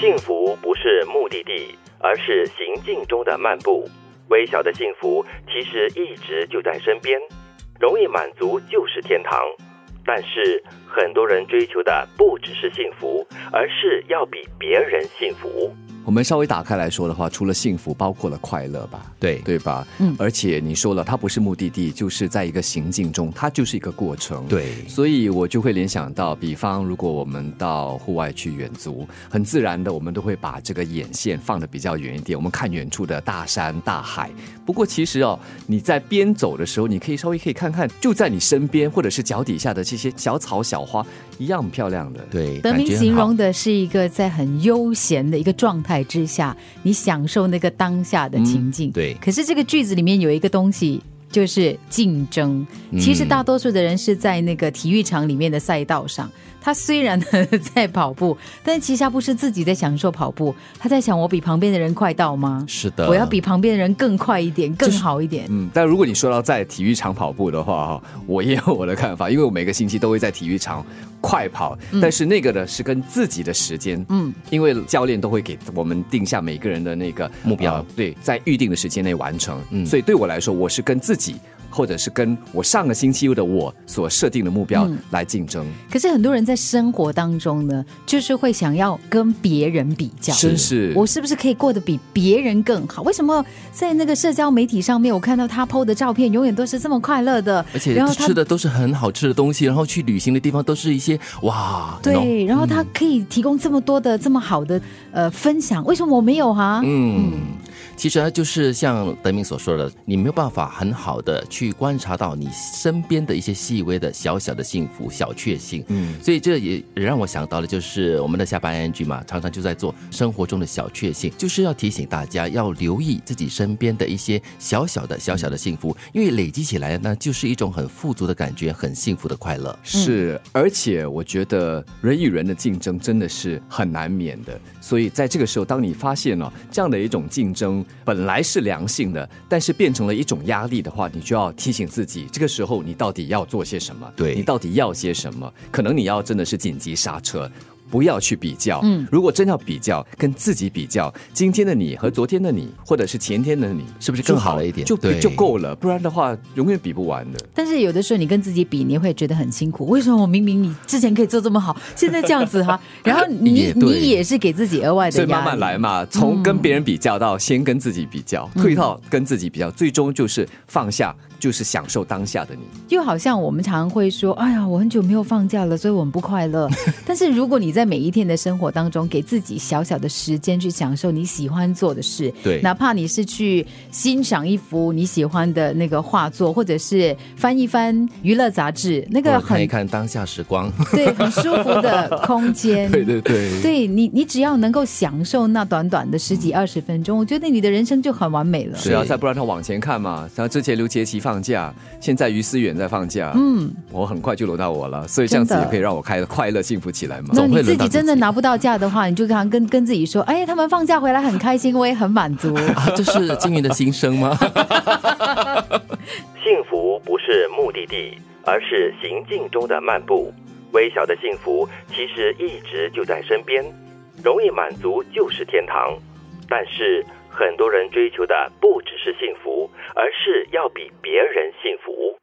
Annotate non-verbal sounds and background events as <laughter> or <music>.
幸福不是目的地，而是行进中的漫步。微小的幸福其实一直就在身边，容易满足就是天堂。但是很多人追求的不只是幸福，而是要比别人幸福。我们稍微打开来说的话，除了幸福，包括了快乐吧，对对吧？嗯而且你说了，它不是目的地，就是在一个行进中，它就是一个过程。。对所以我就会联想到，比方如果我们到户外去远足，很自然的我们都会把这个眼线放得比较远一点，我们看远处的大山大海。不过其实哦，你在边走的时候，你可以稍微可以看看，就在你身边或者是脚底下的这些小草小花，一样很漂亮的。对，德感明觉很形好容的是一个在很悠闲的一个状态之下，你享受那个当下的情境。嗯对可是这个句子里面有一个东西。就是竞争，嗯其实大多数的人是在那个体育场里面的赛道上，他虽然呢 <laughs> 在跑步，但其实他不是自己在享受跑步，他在想我比旁边的人快到吗？是的，我要比旁边的人更快一点，更好一点。嗯，但如果你说到在体育场跑步的话，哈，我也有我的看法，因为我每个星期都会在体育场快跑，但是那个呢是跟自己的时间，嗯，因为教练都会给我们定下每个人的那个目标嗯呃对，在预定的时间内完成，所以对我来说，我是跟自己。或者是跟我上个星期的我所设定的目标嗯来竞争，可是很多人在生活当中呢，就是会想要跟别人比较，真是我是不是可以过得比别人更好？为什么在那个社交媒体上面，我看到他 PO 的照片永远都是这么快乐的，而且然后他吃的都是很好吃的东西，然后去旅行的地方都是一些哇，那种对，然后他可以提供这么多的、这么好的呃分享，为什么我没有啊？嗯，其实啊就是像德明所说的，你没有办法很好的去观察到你身边的一些细微的小小的幸福、小确幸。嗯，所以这也让我想到了，就是我们的下班 NG 嘛，常常就在做生活中的小确幸，就是要提醒大家要留意自己身边的一些小小的、小小的幸福，因为累积起来呢，就是一种很富足的感觉，很幸福的快乐。是，而且我觉得人与人的竞争真的是很难免的，所以在这个时候，当你发现哦，这样的一种竞争本来是良性的，但是变成了一种压力的话，你就要提醒自己，这个时候你到底要做些什么？对你到底要些什么？可能你要真的是紧急刹车。不要去比较，嗯，如果真要比较，跟自己比较，今天的你和昨天的你，或者是前天的你，是不是更好了一点就就对就够了，不然的话，永远比不完的。但是有的时候你跟自己比，你会觉得很辛苦。为什么我明明你之前可以做这么好，现在这样子哈、然后你也对你也是给自己额外的所压以力，慢慢来嘛，从跟别人比较到先跟自己比较，嗯退到跟自己比较，最终就是放下，就是享受当下的你。就好像我们常会说：“哎呀，我很久没有放假了，所以我们不快乐。”但是如果你在每一天的生活当中，给自己小小的时间去享受你喜欢做的事，对哪怕你是去欣赏一幅你喜欢的那个画作，或者是翻一翻娱乐杂志，那或个者哦看一很看当下时光。对很舒服的空 <laughs> 间。对对对你，你只要能够享受那短短的十几二十分钟，我觉得你的人生就很完美了。是啊，对再不然他往前看嘛。像之前刘杰奇放假，现在于思远在放假，嗯，我很快就轮到我了，所以这样子真的也可以让我开快乐幸福起来嘛。那总你会自轮到己自己真的拿不到假的话，你就跟跟跟自己说，哎，他们放假回来很开心，我也很满足。啊，这是金鱼的心声吗？幸福不是目的地，而是行进中的漫步。微小的幸福其实一直就在身边，容易满足就是天堂。但是很多人追求的不只是幸福，而是要比别人幸福。